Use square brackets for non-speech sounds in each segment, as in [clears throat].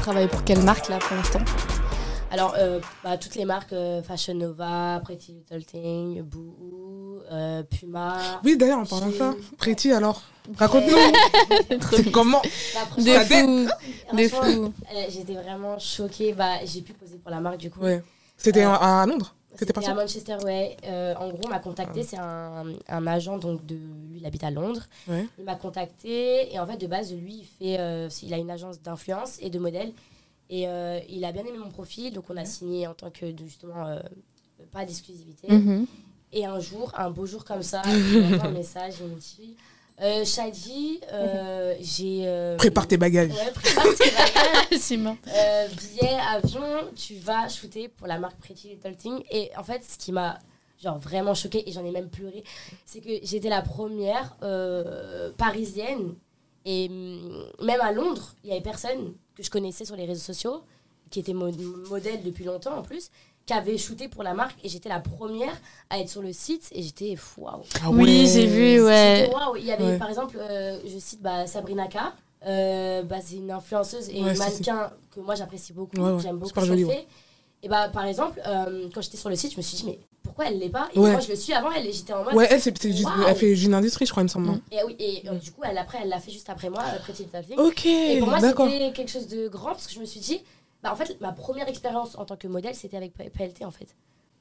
travaillez pour quelle marque là pour l'instant Alors, euh, bah, toutes les marques euh, Fashion Nova, Pretty Little Thing, Boohoo, euh, Puma. Oui, d'ailleurs, en parlant de [laughs] ça, Pretty, alors, raconte-nous, Trop c'est vite. comment Bah, franchement, Des De Ta tête. fou, de franchement, fou. euh, J'étais vraiment choquée. Bah, j'ai pu poser pour la marque du coup. Ouais. C'était Euh, à à Londres C'était parti à Manchester, ouais. Euh, en gros, on m'a Ah. contacté. C'est un, un agent, donc, de, lui, il habite à Londres. Ouais. Il m'a contacté. Et en fait, de base, lui, il, fait, euh, il a une agence d'influence et de modèles. Et euh, il a bien aimé mon profil. Donc, on a signé en tant que, de- justement, euh, pas d'exclusivité. [laughs] Mhm. Et un jour, un beau jour comme ça, il m'a envoyé un message. Il me dit euh, Shadi, euh, j'ai. euh, Prépare tes bagages. Ouais, prépare tes bagages. C'est mort. Euh, billet, avion, tu vas shooter pour la marque Pretty Little Thing. Et en fait, ce qui m'a genre vraiment choquée, et j'en ai même pleuré, c'est que j'étais la première euh, parisienne. Et hum, même à Londres, il y avait personne que je connaissais sur les réseaux sociaux, qui était mo- modèle depuis longtemps en plus, qui avait shooté pour la marque. Et j'étais la première à être sur le site. Et j'étais waouh. Ah ouais. Oui, j'ai vu, ouais. C'était waouh. Il y avait Ouais. par exemple, euh, je cite bah, Sabrina K. Euh, bah, c'est une influenceuse et Ouais, une si, si. mannequin que moi j'apprécie beaucoup, Ouais, ouais, j'aime beaucoup super ce qu'elle jolie, fait. Et bah par exemple, euh, quand j'étais sur le site, je me suis dit mais pourquoi elle l'est pas Et Ouais. moi je le suis avant elle et j'étais en mode Ouais, elle, c'est, c'est juste- Waouh. elle fait une industrie, je crois, il me semble. non et oui et euh, du coup elle après elle l'a fait juste après moi après Tilted Thing. Ok, Et pour moi d'accord. c'était quelque chose de grand parce que je me suis dit bah en fait ma première expérience en tant que modèle c'était avec P- PLT en fait.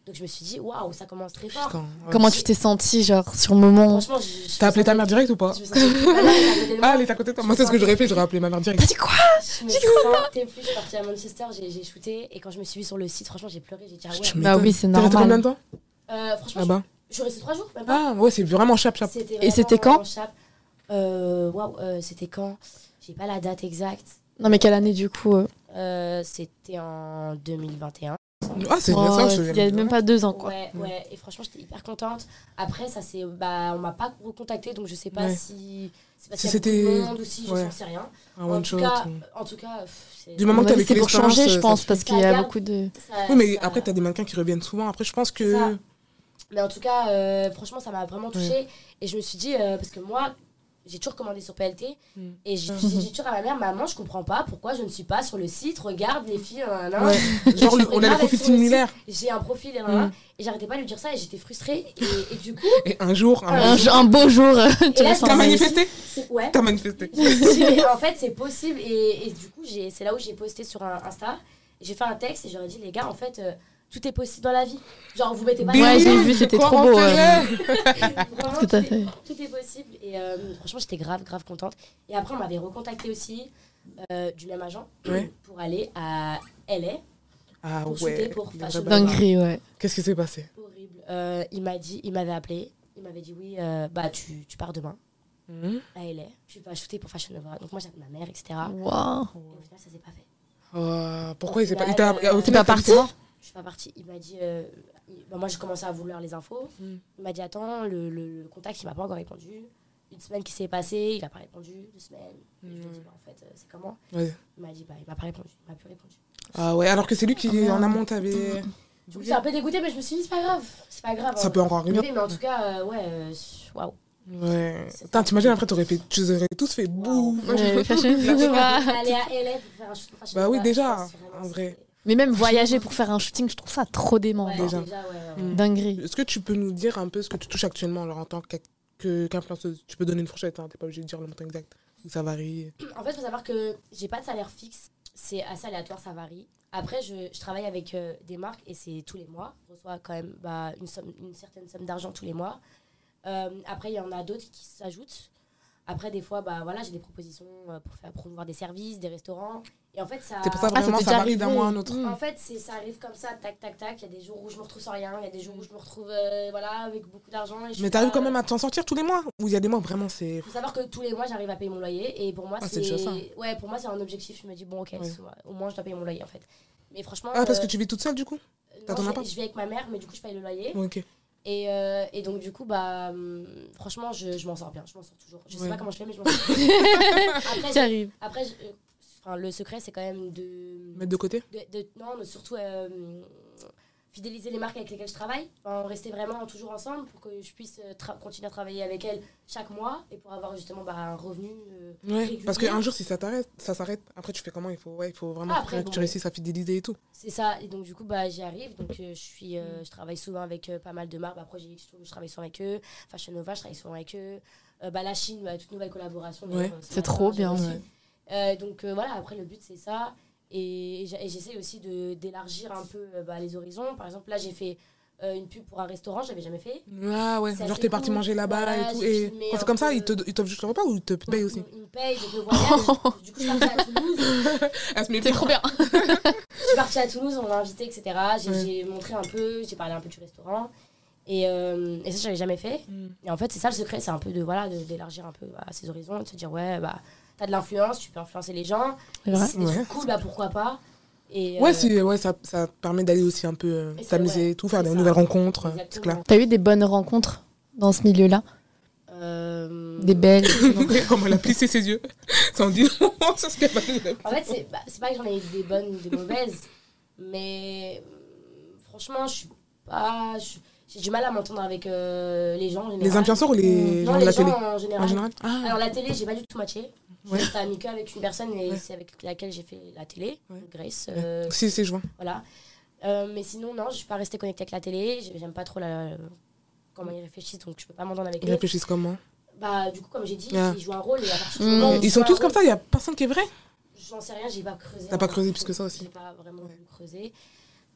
Donc je me suis dit waouh ça commence très fort. Putain, ouais. Comment tu t'es sentie, genre, sur le moment Franchement je- je- T'as appelé ta je me mère direct ou pas sentais- je me [laughs] sentais- Ma mère, elle est à côté de moi. Ah, elle est à côté de toi. Moi, c'est ce que j'aurais fait, j'aurais appelé ma mère direct. T'as dit quoi Je me sentais plus, je suis partie à Manchester, j'ai j'ai shooté et quand je me suis vue sur le site, franchement j'ai pleuré, j'ai dit ah Tu ouais. Bah m'étonnes. oui, c'est T'es resté normal. combien de temps Euh, franchement, là-bas je suis restée trois jours, même pas. bah. Ah, ouais, c'est vraiment chap chap. C'était Et vraiment c'était quand chap. Euh, Waouh, euh, c'était quand J'ai pas la date exacte. Non, mais quelle année, du coup euh Euh, c'était en 2021. Ah, c'est bien Oh, ça, je Il y a même pas deux ans, quoi. Ouais, ouais, et franchement, j'étais hyper contente. Après, ça c'est, bah, on m'a pas recontacté, donc je sais pas Ouais. si c'est parce Si qu'il y a beaucoup de c'était- monde ou si ouais. je j'en sais rien. Un en, one tout shot. cas, ou- en tout cas, pff, c'est- Du moment À mon que t'as avis, vécu C'est pour l'expérience, changer, je ça- pense, ça parce suffit. qu'il y a Regarde. beaucoup de. ça- Oui, mais ça- après, t'as des mannequins qui reviennent souvent. Après, je pense que. C'est ça. Mais en tout cas, euh, franchement, ça m'a vraiment touchée. Et je me suis dit, euh, parce que moi, j'ai toujours commandé sur PLT. Mm. Et j'ai j'ai dit toujours à ma mère, maman, je comprends pas pourquoi je ne suis pas sur le site. Regarde les filles, nan, nan, nan. Ouais. [laughs] Genre, Je on a préfère des profils être sur le similaires. j'ai un profil, nan, nan, nan. Mm. Et j'arrêtais pas de lui dire ça et j'étais frustrée. Et, et du [laughs] coup, Et un jour, un Un, jour- jo- un beau jour, [laughs] euh, tu là, le t'as T'as sens. magnifié- manifesté c'est- ouais. T'as manifesté. Je me [laughs] suis dit, mais en fait, c'est possible. Et, et du coup, j'ai- c'est là où j'ai posté sur un Insta. J'ai fait un texte et j'aurais dit, les gars, en fait, euh, tout est possible dans la vie. Genre, vous mettez pas Ouais, la je l'ai Délire, vu, c'était croire trop en beau, tes ouais. rêves. Vraiment, que t'as tout, est, fait. tout est possible. Et euh, franchement, j'étais grave, grave contente. Et après, on m'avait recontacté aussi euh, du même agent Ouais. pour aller à LA. Ah Pour ouais. shooter, pour les fashion. vrais bâtards. Dinguerie, ouais. Qu'est-ce qui s'est passé Horrible. Euh, il m'a dit, il m'avait appelé. Il m'avait dit oui, euh, bah tu, tu pars demain Hmm Mhm. à LA. Tu vas shooter pour Fashion Nova. Donc moi, j'appelle ma mère, etc. Oh. Waouh. Et au final, ça s'est pas fait. Euh, Pourquoi il s'est pas. Il final, t'a. euh, au T'es final, pas t'as- parti Je suis pas partie. Il m'a dit, euh, il- bah, moi, je commençais à vouloir les infos. Mm. Il m'a dit, attends, le, le- le contact, il m'a pas encore répondu. Une semaine qui s'est passée, il a pas répondu. Deux semaines. Et Je lui ai dit, bah, en fait, euh, c'est comment Ouais. Il m'a dit, bah, il m'a pas répondu, il m'a plus répondu. Ah ouais, alors que c'est lui qui Ah merde. en amont t'avait. Du coup, j'étais un peu dégoûtée, mais je me suis dit, c'est pas grave, c'est pas grave. Ça hein. peut encore arriver. Oui, mais en tout cas, euh, ouais, euh, waouh. Ouais. Putain, t'imagines après, t'aurais fait, tu aurais tous fait boum. Ouais, [laughs] fashion Nova. [laughs] Aller à LA pour faire un shoot pour Fashion Bah oui, Nova, déjà, je pense vraiment, en vrai. Mais même voyager pour faire un shooting, je trouve ça trop dément. Ouais, genre. déjà, Déjà. ouais, ouais. Mm. Dinguerie. Est-ce que tu peux nous dire un peu ce que tu touches actuellement alors, en tant qu'ac- que- qu'influenceuse Tu peux donner une fourchette, hein, t'es pas obligé de dire le montant exact. Ça varie. En fait, faut savoir que j'ai pas de salaire fixe. C'est assez aléatoire, ça varie. Après, je, je travaille avec euh, des marques et c'est tous les mois. Je reçois quand même bah, une, somme, une certaine somme d'argent tous les mois. Euh, après, il y en a d'autres qui s'ajoutent. Après, des fois, bah, voilà, j'ai des propositions euh, pour faire promouvoir des services, des restaurants. Et en fait, ça. C'est pour ça Ah, ça vraiment, t'est ça déjà varie d'un arrivé. mois à un autre. Mm. En fait, c'est- ça arrive comme ça, tac, tac, tac. Il y a des jours où je me retrouve sans rien. Il y a des jours où je me retrouve euh, voilà, avec beaucoup d'argent. et je Mais suis t'arrives pas- euh, quand même à t'en sortir tous les mois Ou il y a des mois vraiment c'est. faut savoir que tous les mois j'arrive à payer mon loyer et pour moi Ah, c'est c'est déjà ça. ouais pour moi c'est un objectif je me dis bon ok Ouais. ce mois- au moins je dois payer mon loyer en fait mais franchement Ah, parce euh, que tu vis toute seule du coup non, t'as ton je- appart je vis avec ma mère mais du coup je paye le loyer Ouais, Ok. et, euh, et donc du coup bah hum, franchement je, je m'en sors bien je m'en sors toujours je sais Ouais. pas comment je fais mais je m'en sors [laughs] après, T'y je- arrives. après je- euh, enfin, le secret c'est quand même de, Mettre de côté de, de- non mais surtout euh, fidéliser les marques avec lesquelles je travaille, enfin, rester vraiment toujours ensemble pour que je puisse euh, tra- continuer à travailler avec elles chaque mois et pour avoir justement bah, un revenu euh, régulier. Parce qu'un jour, si ça t'arrête, ça s'arrête. Après, tu fais comment il faut, ouais, il faut vraiment Ah, après, que tu bon, réussisses à fidéliser et tout. C'est ça, et donc du coup, bah, j'y arrive. Donc, euh, je, suis, euh, je travaille souvent avec euh, pas mal de marques. Bah, Project X, je travaille souvent avec eux. Fashion Nova, je travaille souvent avec eux. Euh, bah, la Chine, bah, toute nouvelle collaboration. Ouais, d'ailleurs, euh, ce c'est matin, trop j'ai bien, reçu. ouais. Euh, donc euh, voilà, après, le but, c'est ça. Et j'a- et j'essaie aussi de- d'élargir un peu euh, bah, les horizons. Par exemple, là, j'ai fait euh, une pub pour un restaurant, j'avais jamais fait. Ah ouais, C'est genre assez t'es parti cool. manger là-bas Voilà, et tout. j'ai Et filmé quand un c'est comme ça, peu. ils te, ils t'offrent le repas ou ils te [laughs] payent aussi Ils me payent, donc le [laughs] voyage. du coup, je suis partie à Toulouse. Elle se met C'est trop bien. Je suis partie à Toulouse, on m'a invité, etc. J'ai Ouais. j'ai montré un peu, j'ai parlé un peu du restaurant. Et, euh, et ça, j'avais jamais fait. Mm. Et en fait, c'est ça le secret, c'est un peu de voilà, de- d'élargir un peu voilà, ses horizons, de se dire ouais, bah t'as de l'influence, tu peux influencer les gens. C'est Si vrai. c'est des Ouais. trucs cool, bah pourquoi pas. Et, Ouais, euh, si, ouais ça, ça te permet d'aller aussi un peu euh, Et c'est- t'amuser ouais, et tout, faire c'est des ça. nouvelles rencontres. euh, C'est Exactement. clair. T'as eu des bonnes rencontres dans ce milieu-là euh, Des belles [laughs] Comment elle a plissé ses yeux [laughs] Ça en dit long sur ce qu'elle va nous dire. En fait, c'est bah, c'est pas que j'en ai eu des bonnes ou des mauvaises, mais euh, franchement, je suis pas. je suis- J'ai du mal à m'entendre avec euh, les gens. en Les général. influenceurs ou les Non, gens de les la gens télé en général. En général Ah, Alors, la télé, j'ai pas du tout matché. Je Ouais. suis amie qu'avec une personne et Ouais. c'est avec laquelle j'ai fait la télé, Ouais. Grace. euh, si, si, je vois. Voilà. Euh, mais sinon, non, je suis pas restée connectée avec la télé. J'ai- J'aime pas trop la, comment ils réfléchissent, donc je peux pas m'entendre avec Ils eux. réfléchissent comment Bah, du coup, comme j'ai dit, Ah. Mmh. ils jouent un rôle et à partir du Mm. moment où Ils ils Ils sont jouent un tous comme rôle, ça, il n'y a personne qui est vrai. J'en sais rien, j'ai pas creusé. T'as pas encore. creusé plus que ça aussi. J'ai pas vraiment Ouais. creusé.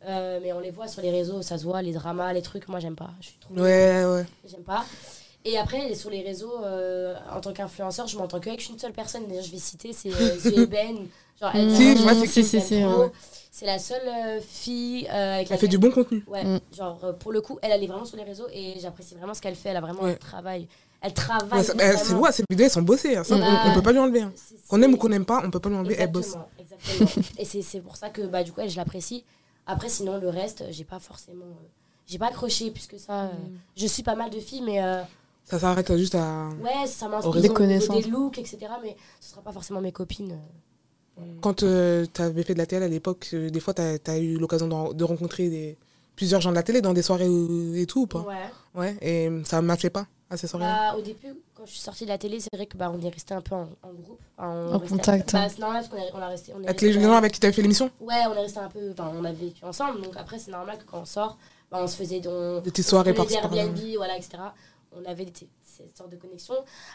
Euh, mais on les voit sur les réseaux, ça se voit, les dramas, les trucs. Moi, j'aime pas. Je suis trop. Ouais, ouais. J'aime pas. Et après, les- sur les réseaux, euh, en tant qu'influenceur, je m'entends qu'avec une seule personne. D'ailleurs, je vais citer, c'est [laughs] euh, The Ben. Genre, elle, Mm. Si, je vois, j'aime si, c'est- si, si, trop. ouais. C'est la seule euh, fille euh, avec Elle laquelle fait du bon contenu. Ouais, Mm. genre euh, pour le coup, elle, elle est vraiment sur les réseaux et j'apprécie vraiment ce qu'elle fait. Elle a vraiment Ouais. un travail. Elle travaille. Ouais, ça- elle- c'est- vraiment. ouais, ces vidéos, elles sont bossées. hein. Ça, Ouais. on, on peut pas lui enlever. hein. C'est- c'est- Qu'on aime ou qu'on n'aime pas, on peut pas lui enlever. Elle bosse. Exactement, exactement. et c'est c'est pour ça que bah, du coup, elle, je l'apprécie. Après, sinon, le reste, j'ai pas forcément. euh, j'ai pas accroché plus que ça. euh, Mm. Je suis pas mal de filles, mais euh, Ça s'arrête juste à. ouais, ça m'inspire. Des au niveau connaissances. Des looks, etc. Mais ce sera pas forcément mes copines. euh. Quand tu avais fait de la télé à l'époque, euh, des fois, tu as, eu l'occasion d'en- de, rencontrer des- plusieurs gens de la télé dans des soirées euh, et tout ou pas Ouais. Ouais. Et euh, ça ne matchait pas à ces soirées Bah, au début, quand je suis sortie de la télé, c'est vrai que bah, on est resté un peu en, en groupe. enfin, on En restait- contact, Bah, hein. c'est normal parce qu'on est- on a resté. On est Avec resté les quand même- gens avec qui tu fait l'émission Ouais, on est resté un peu. Enfin, on a vécu ensemble, donc après, c'est normal que quand on sort, bah, on se faisait. On, Des petites on soirées faisait des par-ci par-là. Airbnb, voilà, etc. On avait des, cette sorte de connexion.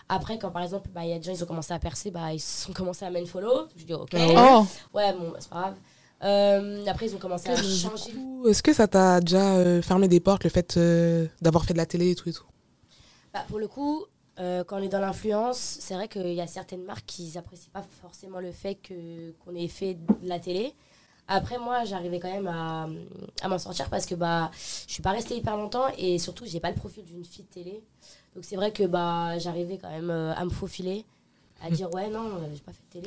Après, quand par exemple, bah, il y a des gens, ils ont commencé à percer, bah, ils se sont commencé à main follow. Je dis, ok. Ah ouais. Oh, Ouais, bon, bah, c'est pas grave. Euh, après, ils ont commencé à changer. Est-ce que ça t'a déjà euh, fermé des portes le fait euh, d'avoir fait de la télé et tout et tout Bah, pour le coup, euh, quand on est dans l'influence, c'est vrai qu'il y a certaines marques qui n'apprécient pas forcément le fait que- qu'on ait fait de la télé. Après, moi, j'arrivais quand même à, à m'en sortir parce que bah, je suis pas restée hyper longtemps et surtout, j'ai pas le profil d'une fille de télé. Donc, c'est vrai que bah, j'arrivais quand même euh, à me faufiler, Hmm. à dire ouais, non, euh, j'ai pas fait de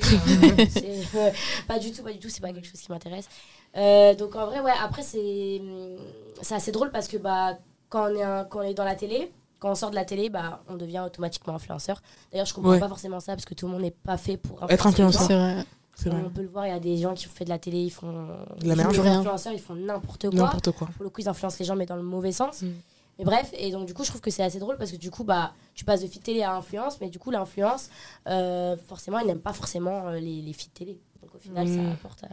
télé. enfin, [laughs] c'est- euh, pas du tout, pas du tout, c'est pas quelque chose qui m'intéresse. Euh, donc, en vrai, ouais, après, c'est hmm, c'est assez drôle parce que bah, quand, on est un- quand on est dans la télé, quand on sort de la télé, bah, on devient automatiquement influenceur. D'ailleurs, je comprends Ouais. pas forcément ça parce que tout le monde n'est pas fait pour Être influencer les gens. influenceur. c'est vrai. C'est vrai. On peut le voir, il y a des gens qui font fait de la télé, ils font De la merde. Les Plus rien. influenceurs, ils font n'importe quoi. N'importe quoi. Pour le coup, ils influencent les gens, mais dans le mauvais sens. Mm. Mais bref, et donc du coup, je trouve que c'est assez drôle parce que du coup, bah, tu passes de fille télé à influence, mais du coup, l'influence, euh, forcément, ils n'aiment pas forcément euh, les, les filles télé. Donc au final, Mm. ça apporte. à-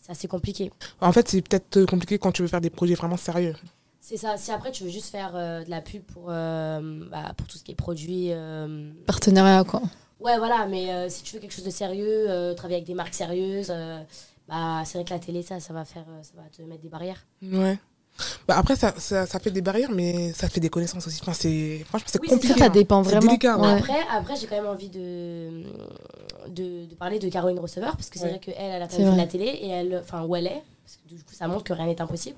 C'est assez compliqué. En fait, c'est peut-être euh, compliqué quand tu veux faire des projets vraiment sérieux. C'est ça. Si après, tu veux juste faire euh, de la pub pour, euh, bah, pour tout ce qui est produit. euh, Partenariat, quoi. Ouais, voilà, mais euh, si tu veux quelque chose de sérieux, euh, travailler avec des marques sérieuses, euh, bah, c'est vrai que la télé, ça, ça va, faire, euh, ça va te mettre des barrières. Ouais. Bah après, ça, ça, ça fait des barrières, mais ça fait des connaissances aussi. Enfin, c'est, franchement, c'est Oui, c'est Ça, compliqué. ça hein. dépend C'est vraiment. délicat, ouais. Après, après j'ai quand même envie de, de, de parler de Caroline Receveur, parce que c'est Ouais. vrai qu'elle, elle a C'est fait de vrai. la télé, et elle, enfin, où elle est, parce que du coup, ça montre que rien n'est impossible.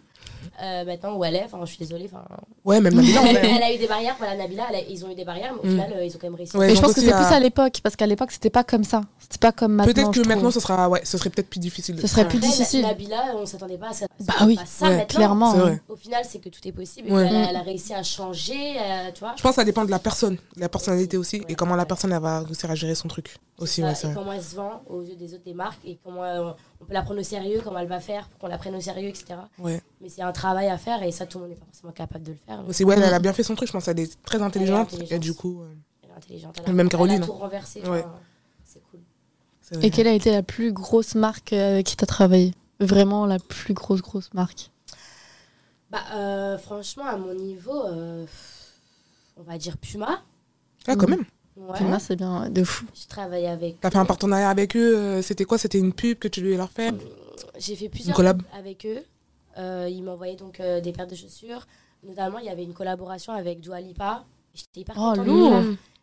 Euh, maintenant, où elle est, enfin, je suis désolée, [laughs] enfin, Ouais, même Nabila, on elle, est- a eu des barrières, voilà, Nabila, elle a- ils ont eu des barrières, mais au Mm. final, euh, ils ont quand même réussi. Ouais, Et ils je ont pense que réussi c'est à- plus à l'époque, parce qu'à l'époque, c'était pas comme ça. C'était pas comme maintenant. Peut-être je que trouve. maintenant, ce sera, ouais, ce serait peut-être plus difficile. Ce serait Ouais. plus Après, difficile. Nabila, on s'attendait pas à ça. Bah à oui, ça ouais, maintenant. Clairement. C'est hein. vrai. Au final, c'est que tout est possible. et Ouais. Elle, a- elle a réussi à changer, euh, tu vois. Je pense que ça dépend de la personne, de la personnalité aussi, et Ouais, comment la ouais. personne elle va réussir à gérer son truc. Aussi, Ça, ouais, c'est et vrai. comment elle se vend aux yeux des autres des marques et comment euh, on peut la prendre au sérieux, comment elle va faire, pour qu'on la prenne au sérieux, etc. Ouais. Mais c'est un travail à faire et ça, tout le monde n'est pas forcément capable de le faire. donc Aussi, ouais, elle a bien fait son truc, je pense. Elle est très intelligente. et intelligente. du coup, euh, Elle est intelligente. Elle a, Même Elle Caroline. a tout renversé. Ouais. enfin, C'est cool. c'est vrai. Et quelle a été la plus grosse marque avec qui tu as travaillé Vraiment la plus grosse, grosse marque. Bah, euh, franchement, à mon niveau, euh, on va dire Puma. Ah, quand même. Ouais. Puma, c'est bien ouais, de fou. Je travaille avec. T'as fait un partenariat avec eux. euh, C'était quoi C'était une pub que tu devais leur faire J'ai fait plusieurs collab. trucs avec eux. Euh, ils m'envoyaient donc euh, des paires de chaussures. Notamment, il y avait une collaboration avec Dua Lipa. J'étais hyper Oh, Ah, contente. lourd.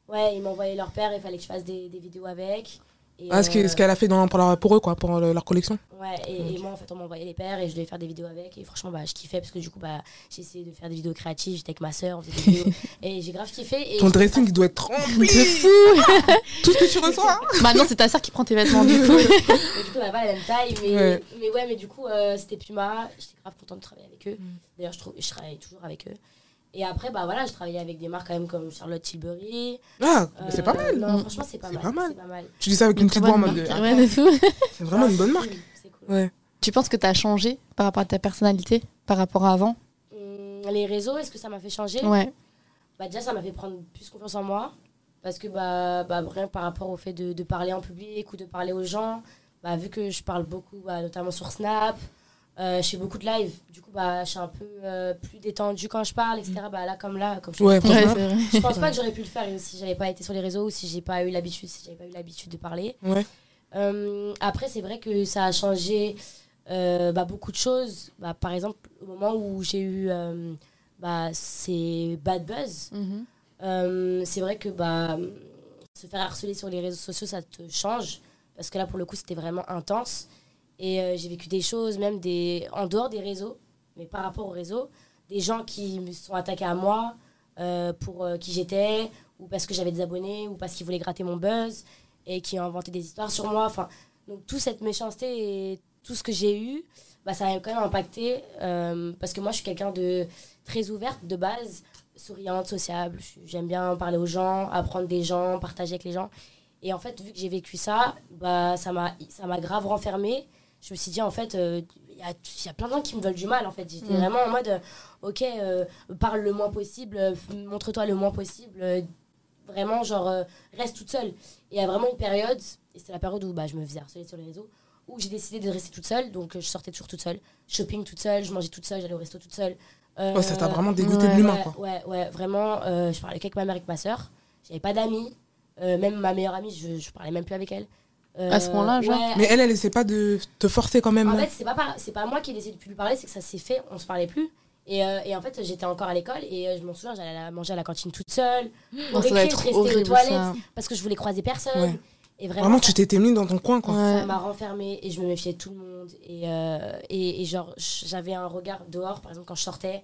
Ouais, ils m'envoyaient leurs paires. Il fallait que je fasse des, des vidéos avec. Et, Ah, ce qui- euh, ce qu'elle a fait dans, pour, leur- pour eux, quoi, pour euh, leur collection. Ouais, et, et moi en fait on m'envoyait les paires et je devais faire des vidéos avec et franchement bah je kiffais parce que du coup bah j'ai essayé de faire des vidéos créatives, j'étais avec ma soeur, on faisait des [laughs] vidéos et j'ai grave kiffé et Ton je- dressing, il doit être rempli. [laughs] Tout ce que tu reçois. hein. Maintenant, c'est ta sœur qui prend tes vêtements [laughs] du coup. mais du coup on avait pas la même taille mais Ouais. mais ouais mais du coup euh, c'était Puma, j'étais grave contente de travailler avec eux. Mm. D'ailleurs je, trou- je travaille toujours avec eux. Et après bah voilà, je travaillais avec des marques quand même comme Charlotte Tilbury. Ah, euh, c'est pas mal. Non, Mm. franchement c'est pas, C'est mal, pas mal. c'est pas mal. Tu dis ça avec une petite voix en mode. de- ah, marque, ouais, de fou. C'est vraiment une bonne marque. Cool, Mm, C'est cool. Ouais. Tu penses que tu as changé par rapport à ta personnalité, par rapport à avant Hum, les réseaux, est-ce que ça m'a fait changer Ouais. bah déjà ça m'a fait prendre plus confiance en moi parce que bah, bah rien que par rapport au fait de, de parler en public ou de parler aux gens bah vu que je parle beaucoup bah, notamment sur Snap euh, je fais beaucoup de live du coup bah je suis un peu euh, plus détendue quand je parle etc bah là comme là comme je, Ouais, Ouais, franchement. c'est vrai. je pense pas que j'aurais pu le faire si j'avais pas été sur les réseaux ou si j'ai pas eu l'habitude si j'avais pas eu l'habitude de parler Ouais. euh, après, c'est vrai que ça a changé euh, bah, beaucoup de choses. Bah, par exemple, au moment où j'ai eu euh, bah, ces bad buzz, Mhm. euh, c'est vrai que bah, se faire harceler sur les réseaux sociaux, ça te change. Parce que là, pour le coup, c'était vraiment intense. Et euh, j'ai vécu des choses, même des, en dehors des réseaux, mais par rapport aux réseaux, des gens qui me sont attaqués à moi euh, pour euh, qui j'étais, ou parce que j'avais des abonnés, ou parce qu'ils voulaient gratter mon buzz, et qui ont inventé des histoires sur moi. Enfin, donc, toute cette méchanceté et tout ce que j'ai eu, bah, ça a quand même impacté. euh, parce que moi, je suis quelqu'un de très ouverte de base souriante, sociable. Je- J'aime bien parler aux gens, apprendre des gens, partager avec les gens. Et en fait, vu que j'ai vécu ça, bah, ça m'a ça m'a grave renfermée. Je me suis dit, en fait, euh, il y, a, y a plein de gens qui me veulent du mal, en fait. J'étais Mm. vraiment en mode, euh, ok, euh, parle le moins possible, euh, f- montre-toi le moins possible. euh, vraiment, genre, euh, reste toute seule. Et il y a vraiment une période, et c'était la période où bah, je me faisais harceler sur les réseaux, où j'ai décidé de rester toute seule. Donc, euh, je sortais toujours toute seule. Shopping toute seule, je mangeais toute seule, j'allais au resto toute seule. Ouais, ça Euh, t'a vraiment dégoûté de ouais, l'humain, ouais, quoi. Ouais, ouais, vraiment, euh, je parlais qu'avec ma mère et avec ma soeur. J'avais pas d'amis. Euh, même ma meilleure amie, je, je parlais même plus avec elle. Euh, À ce point-là, genre ouais. Mais elle, elle essaie pas de te forcer quand même. En fait, c'est pas, par- c'est pas moi qui ai décidé de plus lui parler, c'est que ça s'est fait, on se parlait plus. Et, euh, et en fait, j'étais encore à l'école et euh, je m'en souviens, j'allais à la- manger à la cantine toute seule. Au Oh, ça doit récré, je être restais aux horrible toilettes ça. parce que je voulais croiser personne. Ouais. Et vraiment, vraiment, ça- tu t'étais mis dans ton coin, quoi. Ouais. ça m'a renfermée et je me méfiais de tout le monde. Et, euh, et, et genre, j'avais un regard dehors, par exemple, quand je sortais,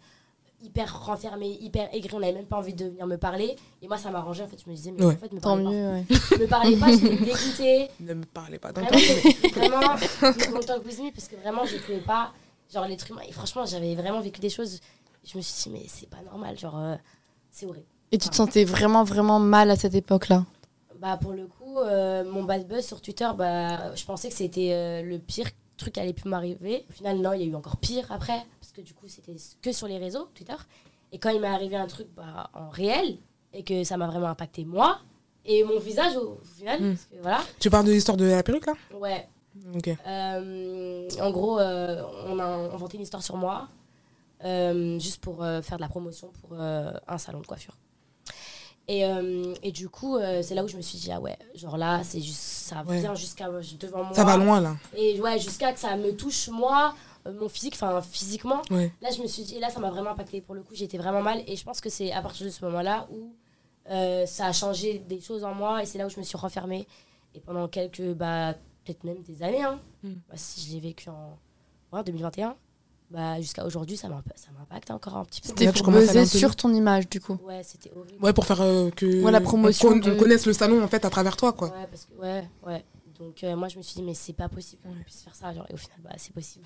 hyper renfermé, hyper aigri, on n'avait même pas envie de venir me parler. Et moi, ça m'arrangeait, en fait, je me disais, mais Ouais. en fait, me Tant parlez, mieux, ouais. pas. me parlez pas, j'étais dégoûtée. [laughs] Ne me parlez pas dans Vraiment, ton j'ai- vraiment, je longtemps que vous aimez, parce que vraiment, je ne pouvais pas, genre, l'être humain. Et franchement, j'avais vraiment vécu des choses, je me suis dit, mais c'est pas normal, genre, euh, c'est horrible. Et tu te sentais vraiment, vraiment mal à cette époque-là. Bah pour le coup, euh, mon bad buzz sur Twitter, bah je pensais que c'était euh, le pire truc qui allait plus m'arriver. Au final, non, il y a eu encore pire après, parce que du coup, c'était que sur les réseaux, Twitter. Et quand il m'est arrivé un truc bah, en réel, et que ça m'a vraiment impacté moi, et mon visage au, au final, Mm. parce que voilà, Tu parles de l'histoire de la perruque, là ouais. Ok. Euh, en gros, euh, on a inventé une histoire sur moi, euh, juste pour euh, faire de la promotion pour euh, un salon de coiffure. Et, euh, et du coup, euh, c'est là où je me suis dit, ah ouais, genre là, c'est juste, ça Ouais. vient jusqu'à euh, devant moi. Ça va loin, là. Et ouais, jusqu'à que ça me touche, moi, euh, mon physique, enfin physiquement. Ouais. Là, je me suis dit, et là, ça m'a vraiment impacté. Pour le coup, j'étais vraiment mal. Et je pense que c'est à partir de ce moment-là où euh, ça a changé des choses en moi. Et c'est là où je me suis renfermée. Et pendant quelques, bah, peut-être même des années, hein. Mm. Bah, si je l'ai vécu en ouais, 2021, bah, jusqu'à aujourd'hui, ça m'imp- ça m'impacte encore un petit peu. C'était Là, tu pour commences à buzzer l'intégrer. sur ton image, du coup. Ouais, c'était horrible. Ouais, pour faire euh, que. Ouais, la promotion On, con- de- on connaisse le salon, en fait, à travers toi, quoi. Ouais, parce que, ouais, ouais. Donc, euh, moi, je me suis dit, mais c'est pas possible qu'on puisse faire ça. Genre, et au final, bah, c'est possible.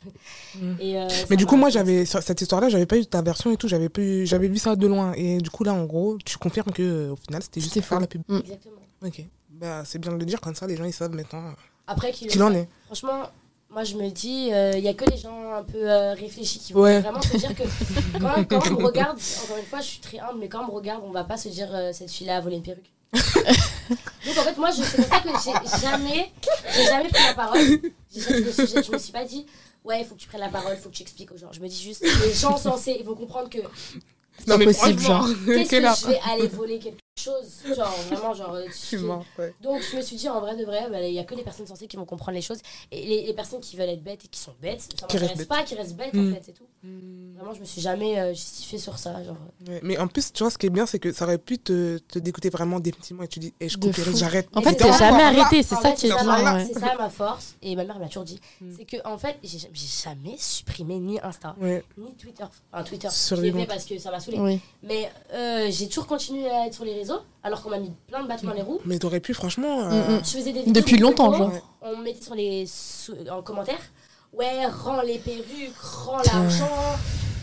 Mm. Et, euh, ça Mais du coup, m'a- moi, j'avais sur cette histoire-là, j'avais pas eu ta version et tout, j'avais pas eu- j'avais lu ça de loin. Et du coup, là, en gros, tu confirmes que euh, au final, c'était juste C'était pour faire faux. la pub. Exactement. Ok. Bah, c'est bien de le dire comme ça, les gens ils savent maintenant euh, Après, qu'il qu'il en est. Franchement, moi je me dis, il n'y a que les gens un peu euh, réfléchis qui vont Ouais. vraiment se [laughs] dire que quand, quand on me regarde, encore une fois je suis très humble, mais quand on me regarde, on va pas se dire euh, cette fille-là a volé une [laughs] perruque. Donc en fait moi je c'est pour ça que j'ai jamais, j'ai jamais pris la parole. J'ai jamais- Je me, suis, je me suis pas dit, ouais il faut que tu prennes la parole, il faut que tu expliques aux gens. Je me dis juste, les gens sont censés, ils vont comprendre [laughs] que Non, mais possible, franchement, genre. qu'est-ce que [laughs] quelle heure je vais aller voler quelque chose, genre vraiment genre. [laughs] euh, Je suis mort, ouais. donc je me suis dit en vrai de vrai, bah, il y a que les personnes sensées qui vont comprendre les choses et les, les personnes qui veulent être bêtes et qui sont bêtes, ça Qui m'intéresse restent bêtes. pas, qui restent bêtes Mm. Hmm. en fait c'est tout. Mm. Vraiment je me suis jamais euh, justifiée sur ça genre. Ouais, Mais en plus, tu vois, ce qui est bien, c'est que ça aurait pu te, te dégoûter vraiment définitivement et tu dis, et je De coupe les fou. restes, j'arrête. En Mais fait, c'est t'as ça. jamais Voilà. arrêté, c'est En ça fait, qui est c'est bien. ma- ouais. Hmm. C'est ça ma force et ma mère m'a toujours dit, Mm. c'est que en fait j'ai j'ai jamais supprimé ni Insta Ouais, ni Twitter, enfin Twitter. Je l'ai Survivante. fait parce que ça m'a saoulé. Oui. Mais euh, j'ai toujours continué à être sur les réseaux alors qu'on m'a mis plein de bâtons dans les roues. mais t'aurais pu, franchement. Mm, euh, mm. Je faisais des vidéos Depuis des longtemps, photos. genre. Ouais. on mettait sur les sous- en commentaire ouais rends les perruques rends l'argent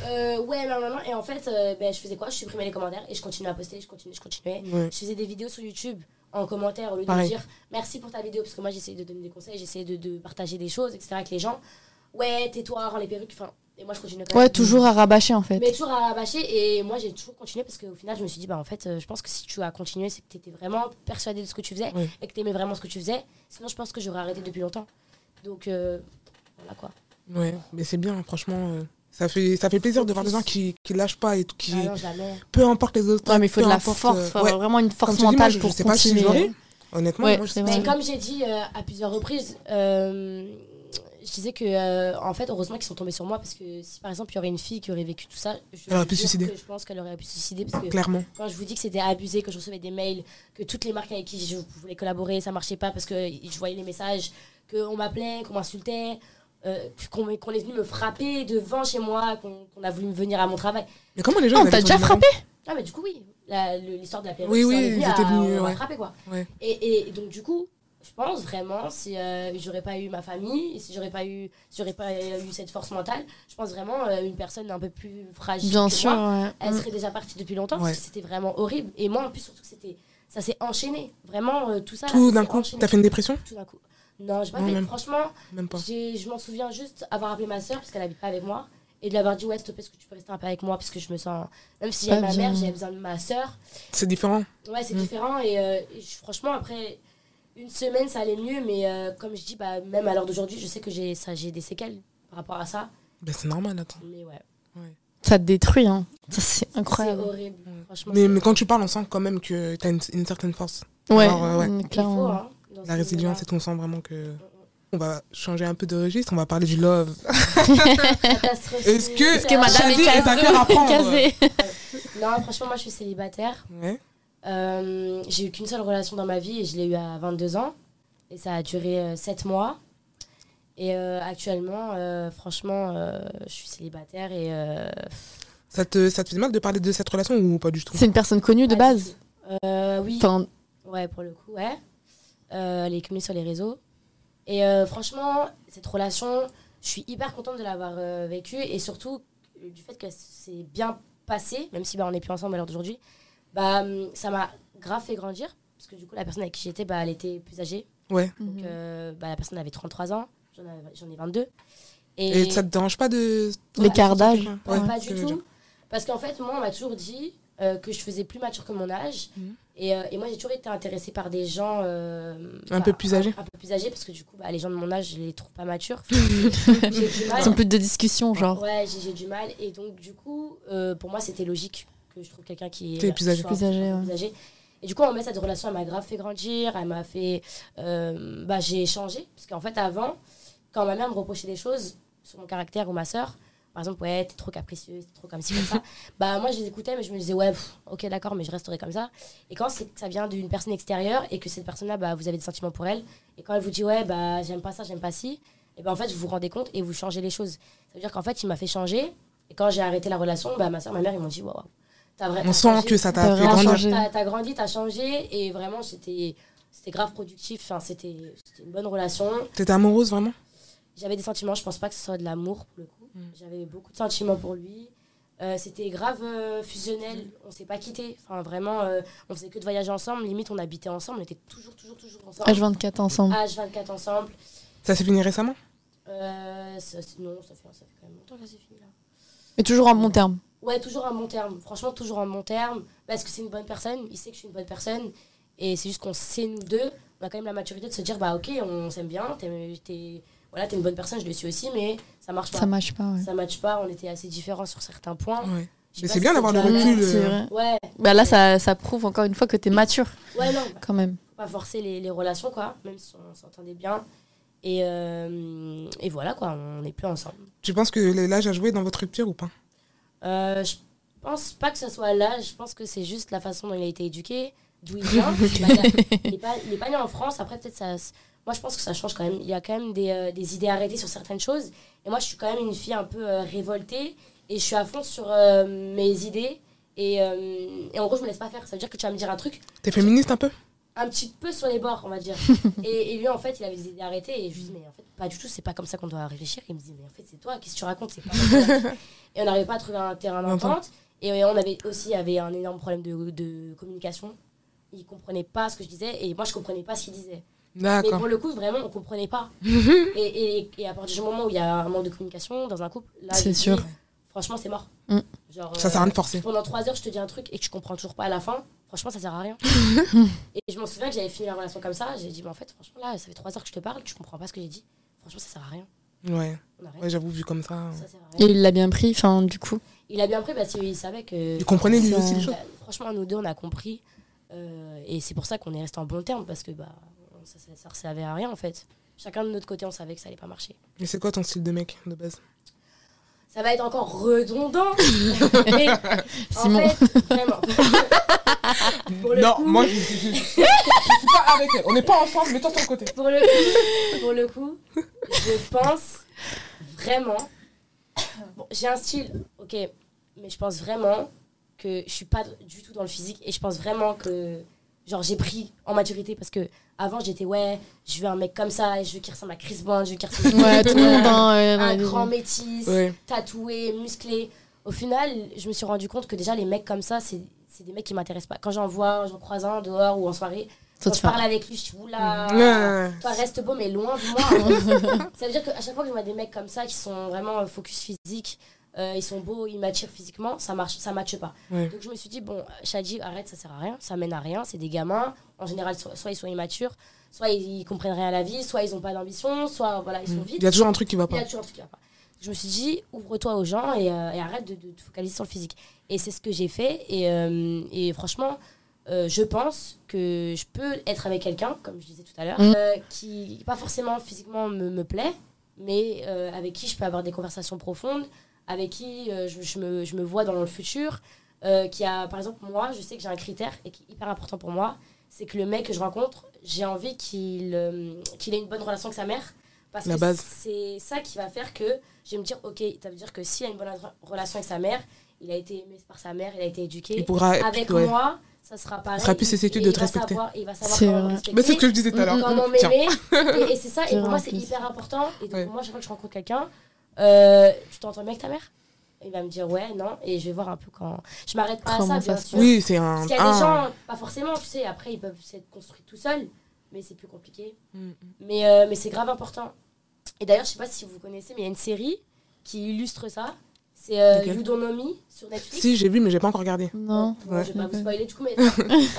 euh, ouais non non non et en fait euh, ben, je faisais quoi je supprimais les commentaires et je continuais à poster je continuais je Mm. continuais ouais. je faisais des vidéos sur YouTube en commentaire au lieu Pareil. de dire merci pour ta vidéo parce que moi j'essayais de donner des conseils j'essayais de, de partager des choses etc avec les gens ouais tais-toi rends les perruques enfin et moi je continuais quand même. Ouais, toujours à rabâcher en fait. mais toujours à rabâcher et moi j'ai toujours continué parce qu'au final je me suis dit bah en fait euh, je pense que si tu as continué c'est que tu étais vraiment persuadé de ce que tu faisais Ouais. et que tu aimais vraiment ce que tu faisais sinon je pense que j'aurais arrêté depuis longtemps donc euh, voilà quoi Ouais, mais c'est bien, franchement. euh, Ça fait, ça fait plaisir de voir des gens qui, qui lâchent pas et tout, qui, Ah non, jamais. peu importe les autres. Ouais, mais il faut peu de la importe, force, euh, faut ouais. avoir vraiment une Comme force je dis, moi, mentale je- pour Je sais pas si continuer. je l'aurais. Honnêtement, Ouais, moi, je c'est sais vrai. mais comme j'ai dit euh, à plusieurs reprises euh, je disais que euh, en fait heureusement qu'ils sont tombés sur moi parce que si par exemple il y aurait une fille qui aurait vécu tout ça je, Elle aurait pu se jure suicider. que je pense qu'elle aurait pu se suicider parce que clairement. quand je vous dis que c'était abusé, que je recevais des mails, que toutes les marques avec qui je voulais collaborer, ça marchait pas parce que je voyais les messages, qu'on m'appelait, qu'on m'insultait, euh, qu'on qu'on est venu me frapper devant chez moi, qu'on qu'on a voulu me venir à mon travail. Mais comment les gens. Non, ils t'as avaient déjà ton frappé Ah, mais du coup, oui, La- le- l'histoire de la perruque, Oui, c'est oui, on est venu ils à- étaient venus, on m'a ouais. frappé quoi. Ouais. Et, et donc, du coup. Je pense vraiment, si euh, j'aurais pas eu ma famille, et si j'aurais pas eu, si j'aurais pas eu cette force mentale, je pense vraiment euh, une personne un peu plus fragile. Bien que sûr. moi, ouais. elle Mm. serait déjà partie depuis longtemps parce Ouais. que c'était vraiment horrible. Et moi, en plus, surtout que c'était, ça s'est enchaîné. Vraiment, euh, tout ça. là, Tout ça d'un s'est coup, enchaîné. t'as fait une dépression Tout d'un coup. Non, j'ai pas Non, fait. même- Franchement, Même pas. j'ai- je m'en souviens juste avoir appelé ma soeur parce qu'elle habite pas avec moi et de l'avoir dit ouais, s'il te plaît, est-ce que tu peux rester un peu avec moi parce que je me sens. Même si Pas j'aime ma bien. mère, j'avais besoin de ma soeur. C'est différent. Ouais, c'est Mm. différent. Et, euh, et je- franchement, après une semaine, ça allait mieux. Mais euh, comme je dis, bah, même à l'heure d'aujourd'hui, je sais que j'ai ça- j'ai des séquelles par rapport à ça. Ben, c'est normal, attends. Mais ouais, Ça te détruit, hein. Ça, c'est c'est incroyable. horrible. Franchement, Mm. Mais, c'est- mais quand tu parles, on sent quand même que t'as une, une certaine force. Ouais, Alors, euh, ouais. mm, il faut, clairement. hein, dans La ce milieu-là. résilience et tout, on sent vraiment que. On va changer un peu de registre, on va parler du love. Catastrophique. Est-ce que- Parce que madame Chadi est est un cœur à prendre. casée. Non, franchement, moi, je suis célibataire. Ouais. Euh, j'ai eu qu'une seule relation dans ma vie et je l'ai eu à 22 ans. Et ça a duré 7 mois. Et euh, actuellement, euh, franchement, euh, je suis célibataire et... euh, Ça te, ça te fait du mal de parler de cette relation ou pas du tout C'est une personne connue de pas du base. tout. Euh, Oui, Enfin, ouais, pour le coup, ouais. Euh, elle est connue sur les réseaux. Et euh, franchement, cette relation, je suis hyper contente de l'avoir euh, vécue et surtout euh, du fait que c'est bien passé, même si bah, on n'est plus ensemble à l'heure d'aujourd'hui, bah, hum, ça m'a grave fait grandir parce que du coup, la personne avec qui j'étais, bah, elle était plus âgée. Ouais. Donc, mhm. euh, bah, la personne avait 33 ans, j'en avais- j'en ai 22. Et ça te dérange pas de. l'écart d'âge. Ouais, Ouais, pas je du veux dire. tout. Parce qu'en fait, moi, on m'a toujours dit euh, que je faisais plus mature que mon âge. Mhm. Et, euh, et moi, j'ai toujours été intéressée par des gens. euh, Un peu plus âgés. Un, peu plus âgés, parce que du coup, bah, les gens de mon âge, je les trouve pas [laughs] matures. J'ai du mal. Sans plus de discussion, genre. Ouais, j'ai j'ai du mal. Et donc, du coup, euh, pour moi, c'était logique que je trouve quelqu'un qui est. Qui est plus âgé. soit Plus âgé, un peu ouais. plus âgé. Et du coup, en fait, cette relation, elle m'a grave fait grandir. Elle m'a fait. euh, bah, j'ai changé. Parce qu'en fait, avant, quand ma mère me reprochait des choses sur mon caractère ou ma sœur, par exemple, ouais, t'es trop capricieuse, t'es trop comme ci, comme ça. bah, moi, je les écoutais, mais je me disais, ouais, pff, ok, d'accord, mais je resterai comme ça. Et quand c'est- ça vient d'une personne extérieure et que cette personne-là, bah, vous avez des sentiments pour elle, et quand elle vous dit, ouais, bah, j'aime pas ça, j'aime pas ci, et ben en fait, vous vous rendez compte et vous changez les choses. Ça veut dire qu'en fait, il m'a fait changer. Et quand j'ai arrêté la relation, bah, ma soeur, ma mère, ils m'ont dit, waouh, waouh, t'as vraiment. On sent que ça T'as t'a fait vraiment grandir. changé. T'as t'as grandi, t'as changé, et vraiment, c'était c'était grave productif. Enfin, c'était c'était une bonne relation. T'étais amoureuse vraiment J'avais des sentiments, je pense pas que ce soit de l'amour pour le coup. J'avais beaucoup de sentiments pour lui. Euh, c'était grave euh, fusionnel, on s'est pas quitté. Enfin, vraiment, euh, on faisait que de voyager ensemble. Limite, on habitait ensemble, on était toujours, toujours, toujours ensemble. H24 ensemble. H24 ensemble. Ça s'est fini récemment Euh, ça- c'est- non, ça fait, ça fait quand même longtemps que c'est fini là. Mais toujours en bon terme. Ouais, toujours un bon terme. Franchement, toujours un bon terme. Parce que c'est une bonne personne. Il sait que je suis une bonne personne. Et c'est juste qu'on sait, nous deux, on a quand même la maturité de se dire, bah ok, on s'aime bien. T'es t'es- voilà, t'es une bonne personne, je le suis aussi, mais ça marche pas. Ça marche pas, ouais. Ça matche pas. On était assez différents sur certains points. Ouais. Je sais pas Mais c'est si bien d'avoir le déjà recul. Mmh, c'est euh, vrai. arrivé. Ouais, Bah là, ça, ça prouve encore une fois que t'es mature, ouais, non. quand même. Faut Pas forcer les, les relations, quoi. Même si on s'entendait bien. Et, euh, et voilà, quoi. On n'est plus ensemble. Tu penses que l'âge a joué dans votre rupture ou pas Euh, je pense pas que ce soit l'âge, je pense que c'est juste la façon dont il a été éduqué, d'où il vient. Parce qu'il va- il, est pas, il est pas né en France, après peut-être ça. s- Moi je pense que ça change quand même. Il y a quand même des, euh, des idées arrêtées sur certaines choses. Et moi je suis quand même une fille un peu euh, révoltée et je suis à fond sur euh, mes idées. Et, euh, et en gros je me laisse pas faire. Ça veut dire que tu vas me dire un truc T'es féministe un peu un petit peu sur les bords, on va [laughs] dire. et, et lui, en fait, il avait des idées arrêtées. Et je lui dis, mais en fait, pas du tout, c'est pas comme ça qu'on doit réfléchir. Il me dit, mais en fait, c'est toi, qu'est-ce que tu racontes c'est pas comme [laughs] ça. Et on n'arrivait pas à trouver un terrain d'entente. Et euh, on avait aussi il y avait un énorme problème de, de communication. Il comprenait pas ce que je disais et moi, je comprenais pas ce qu'il disait. Mais D'accord. pour le coup, vraiment, on comprenait [laughs] pas. et, et, et à partir du moment où il y a un manque de communication dans un couple, là, C'est il dit, sûr. franchement, c'est mort. Mm. Genre, Ça euh, sert à rien de forcer. pendant trois heures, je te dis un truc et que je comprends toujours pas à la fin, franchement, ça sert à [laughs] rien. et je m'en souviens que j'avais fini la relation comme ça. J'ai dit, mais en fait, franchement, là, ça fait trois heures que je te parle, tu comprends pas ce que j'ai dit. Franchement, ça sert à rien. Ouais, On arrête. ouais j'avoue, vu comme ça. euh. Ça sert à rien. Et il l'a bien pris, enfin, du coup. Il a bien pris parce qu'il savait que. Il comprenait lui Ça- aussi les choses. Bah, franchement, nous deux, on a compris. euh, et c'est pour ça qu'on est resté en bon terme parce que bah, ça, ça, ça servait à rien en fait. Chacun de notre côté, on savait que ça allait pas marcher. Mais c'est quoi ton style de mec de base Ça va être encore [laughs] redondant. mais en Simon. fait, vraiment. Pour le Non, coup- moi je, je- je- je suis pas avec elle. On n'est pas ensemble, mais toi sur le côté. pour le coup, pour le coup, je pense vraiment. Bon, j'ai un style, ok, mais je pense vraiment que je suis pas du tout dans le physique et je pense vraiment que genre j'ai pris en maturité parce que avant j'étais ouais, je veux un mec comme ça et je veux qu'il ressemble à Chris Brown, je veux qu'il ressemble à Ouais, tout [laughs] le monde, hein. ouais, dans [laughs] un les- grand métis, Ouais. tatoué, musclé. Au final, je me suis rendu compte que déjà les mecs comme ça, c'est c'est des mecs qui m'intéressent pas. Quand j'en vois, j'en croise un dehors ou en soirée, Ça quand te je fait- parle avec lui, je suis oula. Ouais, ouais, ouais. Toi, reste beau, mais loin de moi. hein. ça veut dire qu'à chaque fois que je vois des mecs comme ça qui sont vraiment euh, focus physique, euh, ils sont beaux, ils m'attirent physiquement, ça marche, ça matche pas. Ouais. Donc je me suis dit, bon, Shadi, arrête, ça sert à rien, ça mène à rien, c'est des gamins. En général, soit, soit ils sont immatures, soit ils, ils comprennent rien à la vie, soit ils ont pas d'ambition, soit voilà, ils sont Il vides. y a toujours un truc qui va Il y pas. a toujours un truc qui va pas. Je me suis dit, ouvre-toi aux gens et, euh, et arrête de, de te focaliser sur le physique. Et c'est ce que j'ai fait. Et, euh, et franchement, euh, je pense que je peux être avec quelqu'un, comme je disais tout à l'heure, Mm. euh, qui pas forcément physiquement me, me plaît, mais euh, avec qui je peux avoir des conversations profondes, avec qui euh, je, je me, je me vois dans le futur. euh, qui a, par exemple, moi, je sais que j'ai un critère et qui est hyper important pour moi, c'est que le mec que je rencontre, j'ai envie qu'il euh, qu'il ait une bonne relation avec sa mère. Parce La que base. c'est ça qui va faire que je vais me dire, ok, ça veut dire que s'il a une bonne re- relation avec sa mère, il a été aimé par sa mère, il a été éduqué. Il pourra. Avec ouais. moi, ça sera pareil. sera plus susceptible Et de il te va respecter. savoir- il va savoir C'est comment vrai. me respecter, Bah, c'est ce que je disais tout à l'heure. comment Tiens. [laughs] m'aimer. Et, et c'est ça, C'est et pour vrai, moi, en c'est plus. hyper important. Et donc, Ouais. moi, chaque fois que je rencontre quelqu'un, euh, tu t'entends bien avec ta mère Il va me dire, ouais, non. Et je vais voir un peu quand. Je m'arrête pas à Comment ça, ça bien se sûr. Oui, c'est un. Parce qu'il y a des un- gens, pas forcément, tu sais, après ils peuvent s'être construits tout seuls, mais c'est plus compliqué. Mm, mm. Mais, euh, mais c'est grave important. Et d'ailleurs, je sais pas si vous connaissez, mais il y a une série qui illustre ça. C'est euh, Laquelle You Don't Know Me sur Netflix. Si, j'ai vu, mais j'ai pas encore regardé. Non. Bon, Ouais. je vais pas vous spoiler du coup, [laughs] mais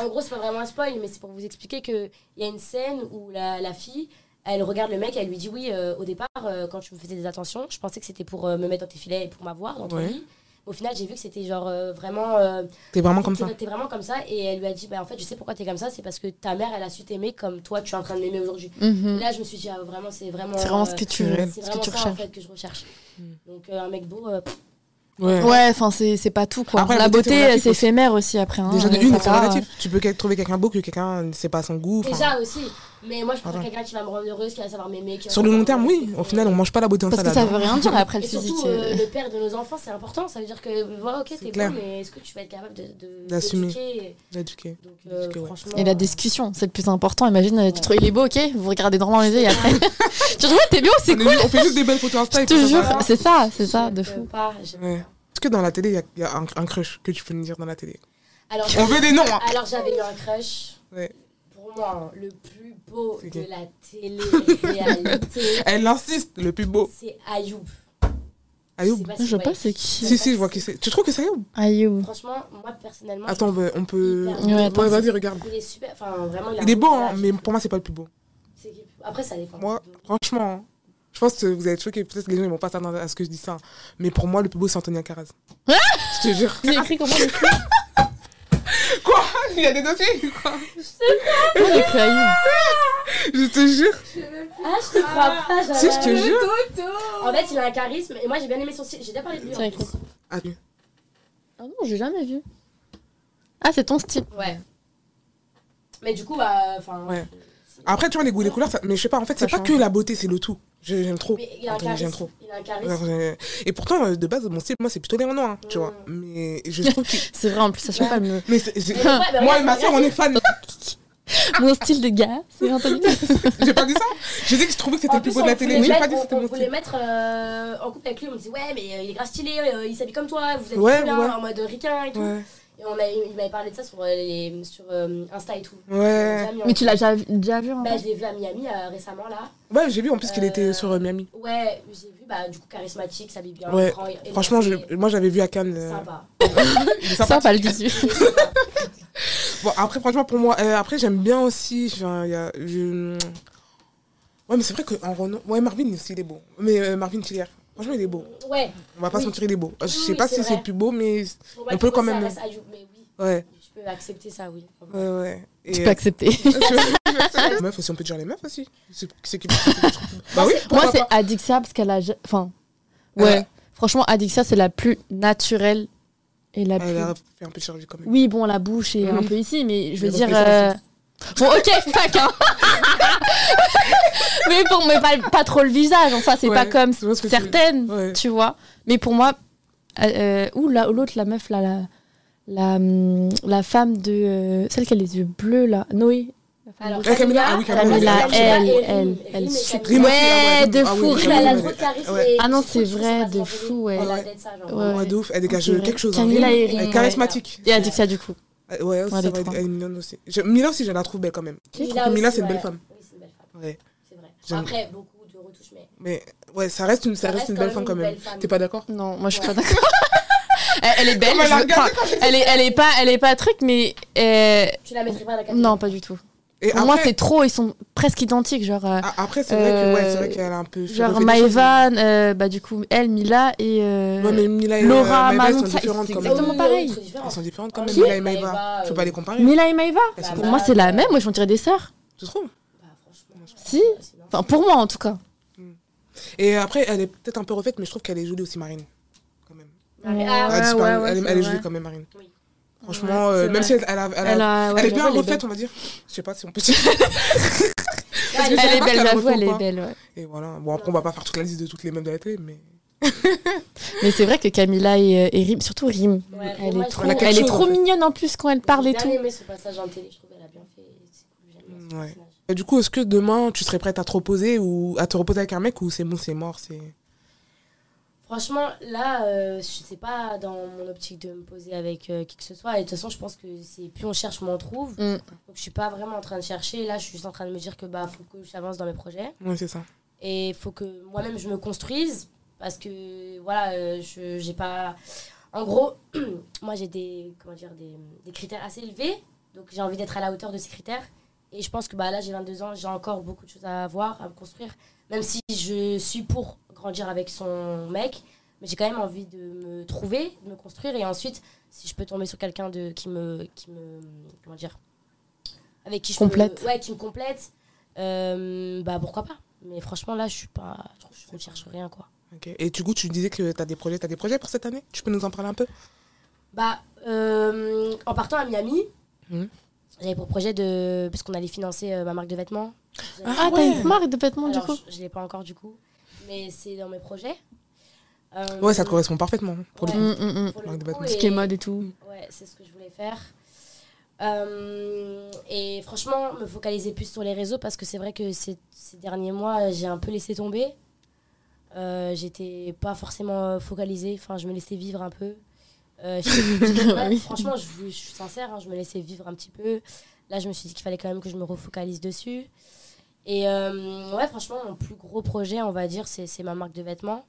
en gros, c'est pas vraiment un spoil, mais c'est pour vous expliquer qu'il y a une scène où la, la fille, elle regarde le mec, elle lui dit Oui, euh, au départ, euh, quand tu me faisais des attentions, je pensais que c'était pour euh, me mettre dans tes filets et pour m'avoir dans ton Ouais. lit. Au final, j'ai vu que c'était genre euh, vraiment. euh, T'es vraiment comme ça. T'es t'es vraiment comme ça. Et elle lui a dit, bah, en fait, je sais pourquoi t'es comme ça, c'est parce que ta mère, elle a su t'aimer comme toi, tu es en train de m'aimer aujourd'hui. Mhm. Et Là, je me suis dit, ah, vraiment, c'est vraiment. C'est vraiment euh, ce que tu c'est veux, c'est ce que vraiment tu ça, en recherches. fait, que je recherche. Mm. Donc, euh, un mec beau, euh, Ouais. Ouais, enfin, c'est c'est pas tout, quoi. Après, la la beauté, c'est beauté, euh, relatif c'est aussi. éphémère aussi, après. hein. Déjà de Ça une, va, c'est relatif. Tu peux que- trouver quelqu'un beau que quelqu'un c'est pas à son goût. enfin. déjà aussi. Mais moi, je préfère Pardon. quelqu'un qui va me rendre heureuse, qui va savoir m'aimer. qui va Sur le savoir long terme, me oui. respecter. Au final, on mange pas la beauté en Parce que salade. hein. ça veut rien dire après le Et physique. surtout, euh. euh, le père de nos enfants, c'est important. Ça veut dire que, euh, voilà, ok, t'es clair. beau, mais est-ce que tu vas être capable de. de- D'assumer. d'éduquer L'éduquer. Donc, euh, D'éduquer, ouais. franchement. Et la euh, discussion, c'est le plus important. Imagine, euh, tu Ouais. trouves il est beau, ok Vous regardez droit dans les yeux et après. [laughs] tu te dis, ouais, t'es bien, c'est On est cool. juste- On fait juste des belles photos Insta. Je et puis te ça jure, s'arrête. c'est ça, ah, c'est ça, de je fou. peux pas, je- Ouais. Est-ce que dans la télé, il y a- il y, a un, [laughs] un crush que tu peux nous dire dans la télé Alors, On veut des noms. hein. Alors j'avais eu un crush. Ouais. Pour pour moi, hein, le plus beau C'est de qui la [laughs] télé-réalité, Elle insiste, le plus beau. c'est Ayoub. Ayoub. pas Je si sais vous pas voyez c'est qui. Si, si, je vois qui c'est. Tu trouves que c'est Ayoub Ayoub. Franchement, moi personnellement, Attends, on peut- on peut. Hyper. Ouais, attends. Ouais, vas-y, regarde. il est super. Enfin, vraiment, il a Il est un beau, bon hein, visage. mais pour moi, c'est pas le plus beau. C'est qui- Après, ça dépend. Moi, de- franchement, hein, je pense que vous êtes choqués. Peut-être que les gens ne vont pas s'attendre à ce que je dis ça. Mais pour moi, le plus beau, c'est Antonia Caraz. Ah je te jure. J'ai écrit comment j'ai Quoi Il y a des dossiers quoi écrit Ayoub. Je te jure. Ah, je te crois pas, Si, je te Jana. jure. En fait, il a un charisme et moi j'ai bien aimé son style. J'ai déjà parlé de lui. en C'est vrai plus. Attends. Ah non, j'ai jamais vu. Ah, c'est ton style. Ouais. Mais du coup, bah, enfin. Ouais. Après, tu vois, les goûts, les couleurs, ça- mais je sais pas, en fait, c'est Ça pas que change. la beauté, c'est le tout. Je- J'aime trop. Mais il a un Attends, mais j'aime charisme. trop. Il a un Alors, charisme. euh, Et pourtant, euh, de base, mon style, moi, c'est plutôt les noirs, hein, tu Mm. vois. Mais je trouve que. C'est vrai, en plus, ça change pas le Mais c'est- c'est- Mais ouais, bah, Moi et regarde, ma soeur, on regarde, est fans. [laughs] Mon style de gars, c'est Anthony. [laughs] J'ai pas dit ça J'ai dit que je trouvais que c'était en le plus plus, beau de la on voulait télé. J'ai pas dit que mettre- c'était on- mon On voulait style. mettre euh, en couple avec lui. On me dit ouais, mais euh, il est grave stylé. euh, il s'habille comme toi. Vous êtes Ouais, trop bien ouais. en mode ricain et tout. Ouais. Et on a, il m'avait parlé de ça sur, euh, les, sur euh, Insta et tout. Ouais. [laughs] Mais tu l'as déjà, déjà vu en Bah, fait je l'ai vu à Miami euh, récemment là. Ouais, j'ai vu en plus qu'il était Euh, sur euh, Miami. Ouais, j'ai vu, bah, du coup, charismatique, s'habille bien. Ouais, grand, élancé, Franchement, je- moi, j'avais vu à Cannes. euh, Sympa. il est sympa. euh, Ça, pas le 18. Bon, après, franchement, pour moi, euh, après, j'aime bien aussi. genre, il y a- je- Ouais, mais c'est vrai qu'en renom. Ouais, Marvin aussi, il est beau. Mais euh, Marvin Tillière, franchement, il est beau. Ouais, On va pas Oui. se mentir, il est beau. Je sais oui, pas c'est si c'est vrai. le plus beau, mais. pour On moi, peut pour quand moi, même- ça reste Ayoub, mais oui, Ouais, je peux accepter ça, oui. ouais, ouais. Et, Tu peux [laughs] [laughs] euh, accepter. les meufs aussi, on peut dire les meufs aussi. C'est c'est qui Bah oui, Moi, pourquoi c'est pas. Adixia parce qu'elle a. ja- Enfin, ouais. Euh, Franchement, Adixia, c'est la plus naturelle et la Elle plus. a fait un peu de chirurgie quand même. Oui, bon, la bouche est Mhm. un peu ici, mais je veux Mais dire. reprise euh, Bon, ok, fuck, hein Mais bon, mais pas, pas trop le visage, enfin, c'est Ouais, pas comme je vois ce que tu veux dire. certaines, tu, Ouais. vois. Mais pour moi. Euh, euh, ouh, là, l'autre, la meuf, là, la. La, hum, la femme de. euh, celle qui a les yeux bleus, là. Noé. La femme Alors, de- Ah, Camilla, ah oui, Camilla. Camilla, Camilla elle, et Rim. elle, Rim elle et supprime. Camilla. Rim aussi, là, Ouais, ouais, de ah oui, fou. Rim, Rim, elle a ouais. trop de charisme. Ouais. et Ah non, je trouve c'est que vrai, ça se de transmet fou, bien. ouais. Elle a peut-être ça, genre. Ouais, ouais. Ouais, Oh, de ouf, elle dégage Ok, ouais. quelque chose. hein. Camilla et Rim, Elle est ouais. charismatique. Et Adixia, du coup. Ouais, ouais, Ouais, aussi, les ça va être- trois. elle est mignonne aussi. Je- Mila aussi, je la trouve belle quand même. Mila Je trouve que Mila, aussi, c'est une belle ouais. femme. Oui, c'est une belle femme, Ouais. c'est vrai. J'aime- Après, beaucoup de retouches, mais Mais ouais, ça reste une, ça reste une belle femme quand même. belle femme. T'es pas d'accord Non, moi je suis Ouais. pas d'accord. [laughs] elle, elle est belle. Comment elle a je- regardé enfin, elle est, elle est pas, elle est pas truc, mais euh, tu la mettrais pas à la catégorie. non, pas du tout. Et Pour moi, après- c'est trop. Ils sont presque identiques, genre, euh, Ah, Après, c'est vrai que ouais, c'est vrai Euh, qu'elle a un peu. genre fait des choses, Maeva, euh, bah du coup elle, Mila et euh, mais- Ouais, mais Mila et euh, Laura, Maeva, elles Manon, sont ça, différentes c'est quand même. exactement- pareil. Elles sont différentes quand Ah, même, qui Mila et Maeva. Maeva, Tu peux euh, pas les comparer. Mila et Maeva. Elles Bah, sont- Pour moi, c'est la même. Moi, je dirais des sœurs. Tu trouves Si. Enfin, pour moi en tout cas. Et après, elle est peut-être un peu refaite, mais je trouve qu'elle est jolie aussi, Marine. Quand même. Ah Elle a ouais, disparu. ouais, ouais, Elle est- c'est elle est vrai. jolie quand même, Marine. Oui. Franchement, c'est euh, même vrai. si elle elle a- elle a a, ouais, Elle est bien j'avoue, refaite, on va dire. Je sais pas si on peut dire. Elle je sais est pas belle, si elle j'avoue, refait ou elle est pas. belle. ouais. Et voilà. Bon, après, on va pas faire toute la liste de toutes les mêmes de la télé, mais. Mais c'est vrai que Camilla et, euh, et Rim, surtout Rim, elle est trop, Elle a quelque elle est chose, trop en fait. mignonne en plus quand elle parle et J'ai bien tout. aimé ce passage en télé, je trouve qu'elle a bien fait. C'est cool, j'aime bien ce Ouais. personnage. Et du coup, est-ce que demain, tu serais prête à te reposer ou à te reposer avec un mec ou c'est bon, c'est mort, c'est. Franchement, là, euh, je sais pas dans mon optique de me poser avec euh, qui que ce soit. Et de toute façon, je pense que c'est plus on cherche, moins on trouve. Mm. Donc, je suis pas vraiment en train de chercher. Là, je suis juste en train de me dire que bah faut que j'avance dans mes projets Ouais, c'est ça. et faut que moi-même je me construise parce que voilà, euh, je j'ai pas. En gros, [clears throat] moi j'ai des comment dire des, des critères assez élevés. Donc, j'ai envie d'être à la hauteur de ces critères. Et je pense que bah là, j'ai 22 ans, j'ai encore beaucoup de choses à voir, à me construire. Même si je suis pour grandir avec son mec, mais j'ai quand même envie de me trouver, de me construire. Et ensuite, si je peux tomber sur quelqu'un de qui me, qui me, comment dire, avec qui je peux- Complète. ouais, qui me complète, euh, bah pourquoi pas. Mais franchement, là, je suis pas, je, je ne cherche rien quoi. Ok. Et du coup, tu disais que t'as des projets, t'as des projets pour cette année Tu peux nous en parler un peu Bah, euh, en partant à Miami, Mmh. Mhm. j'avais pour projet de, parce qu'on allait financer euh, ma marque de vêtements. J'avais- Ah, ouais. t'as une marque de vêtements du Alors, coup. Je, je l'ai pas encore du coup, mais c'est dans mes projets. Euh, Ouais, ça te correspond parfaitement pour le Ouais. coup. Mm, mm, mm. pour Marque le de coup, vêtements. Ce et- qui est mode et tout. Ouais, c'est ce que je voulais faire. Euh, et franchement, me focaliser plus sur les réseaux parce que c'est vrai que ces, ces derniers mois, j'ai un peu laissé tomber. Euh, J'étais pas forcément euh, focalisée, enfin, je me laissais vivre un peu. Euh, je- ouais, Oui. franchement, je, vous- je suis sincère, hein, je me laissais vivre un petit peu. Là, je me suis dit qu'il fallait quand même que je me refocalise dessus. Et euh, ouais, franchement, mon plus gros projet, on va dire, c'est c'est ma marque de vêtements.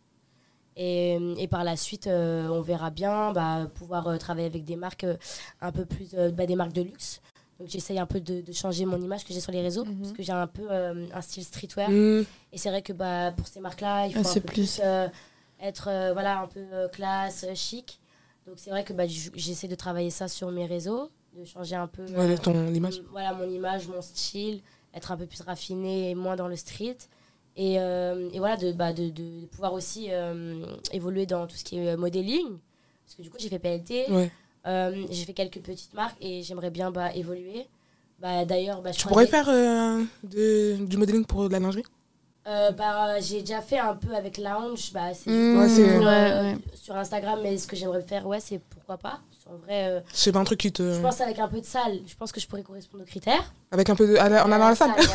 Et, et par la suite, euh, on verra bien bah, pouvoir euh, travailler avec des marques euh, un peu plus, euh, bah, des marques de luxe. Donc j'essaye un peu de, de changer mon image que j'ai sur les réseaux, Mhm. parce que j'ai un peu euh, un style streetwear. Mm. Et c'est vrai que bah, pour ces marques-là, il faut Ah, un c'est peu plus. plus euh, être euh, voilà, un peu euh, classe, euh, chic. Donc c'est vrai que bah, j- j'essaie de travailler ça sur mes réseaux, de changer un peu Ouais, euh, le- ton image. Mm, Voilà, mon image, mon style, être un peu plus raffiné et moins dans le street. Et, euh, et voilà, de, bah, de, de- de pouvoir aussi euh, évoluer dans tout ce qui est euh, modeling. Parce que du coup, j'ai fait PLT, Ouais. euh, j'ai fait quelques petites marques et j'aimerais bien bah, évoluer. Bah, D'ailleurs, bah, je Tu crois pourrais que- faire euh, de- du modeling pour de la lingerie Euh, bah, J'ai déjà fait un peu avec Lounge, bah, c'est Mmh, Ouais, c'est- ouais, euh, ouais. sur Instagram, mais ce que j'aimerais faire, ouais, c'est pourquoi pas. En vrai, euh, Je sais pas, un truc qui te. je pense avec un peu de salle, je pense que je pourrais correspondre aux critères. Avec un peu de. à la- en allant à la [laughs] salle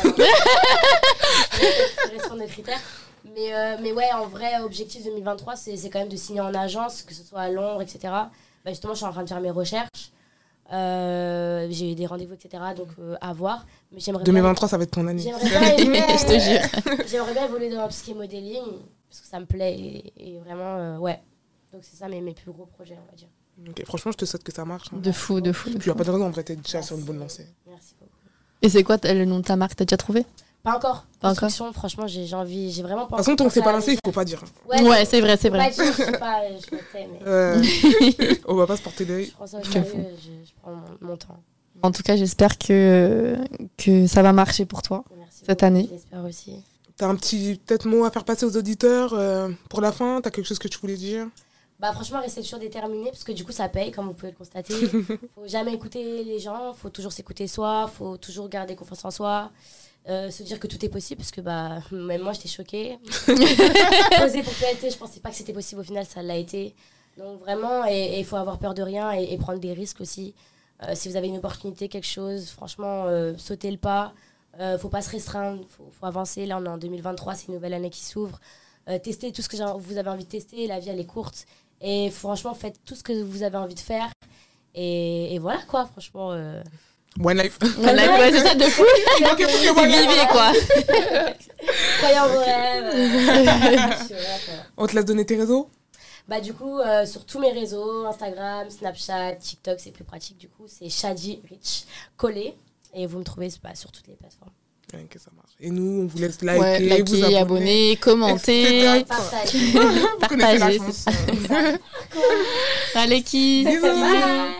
Correspondre aux critères. Mais, euh, mais ouais, en vrai, objectif 2023, c'est c'est quand même de signer en agence, que ce soit à Londres, etc. Bah, justement, je suis en train de faire mes recherches. Euh, J'ai eu des rendez-vous, etc. Donc, euh, à voir. Mais j'aimerais bien, 2023, ça va être ton année. j'aimerais bien, évoluer- [laughs] Je te jure. [laughs] j'aimerais bien évoluer dans tout ce qui est modeling, parce que ça me plaît. Et, et vraiment, euh, ouais. Donc, c'est ça mes, mes plus gros projets, on va dire. [laughs] Ok, Franchement, je te souhaite que ça marche. hein. De fou, de fou. de Puis y a fou. pas de raison, en vrai, t'es déjà sur une bonne lancée. Merci beaucoup. Et c'est quoi t- le nom de ta marque T'as déjà trouvé Pas encore. Pas encore. Construction, franchement, j'ai j'ai envie, j'ai vraiment De pas toute façon, tant encore que c'est pensé pas à- lancé, il faut pas dire. hein. Ouais, c'est vrai, c'est Ouais, vrai. je je sais pas, euh, je m'étais, mais Euh, [laughs] on va pas se porter je l'œil. prends ça au Je sérieux, fous. je, je prends mon, mon temps. En tout cas, j'espère que, que ça va marcher pour toi. Merci Cette beaucoup, année. J'espère aussi. T'as un petit peut-être mot à faire passer aux auditeurs euh, pour la fin T'as quelque chose que tu voulais dire Bah franchement, restez toujours déterminés parce que du coup, ça paye, comme vous pouvez le constater. faut jamais écouter les gens, faut toujours s'écouter soi, faut toujours garder confiance en soi. euh, se dire que tout est possible parce que bah même moi j'étais choquée posée pour PLT je pensais pas que c'était possible au final ça l'a été donc vraiment et il faut avoir peur de rien et, et prendre des risques aussi Euh, si vous avez une opportunité quelque chose franchement euh, sautez le pas Euh, faut pas se restreindre faut, faut avancer là on est en 2023 c'est une nouvelle année qui s'ouvre Euh, testez tout ce que j'ai- vous avez envie de tester la vie elle est courte et franchement faites tout ce que vous avez envie de faire et, et voilà quoi franchement euh, One [laughs] life. Voilà, ouais, c'est ça, de fou. Ok, ok, C'est one life. Vivier, quoi. Croyez en vos rêves. Je suis là, quoi. On te laisse donner tes réseaux bah du coup, euh, sur tous mes réseaux, Instagram, Snapchat, TikTok, c'est plus pratique du coup, c'est Shadi Rich collé. Et vous me trouvez bah, sur toutes les plateformes. Ouais, Ok, ça marche. Et nous, on vous laisse liker, Ouais, vous abonner. liker, [laughs] abonner, commenter. etc. Partage. Vous connaissez la Partagez, chance. Comme ça. Allez, qui Bisous. Bye.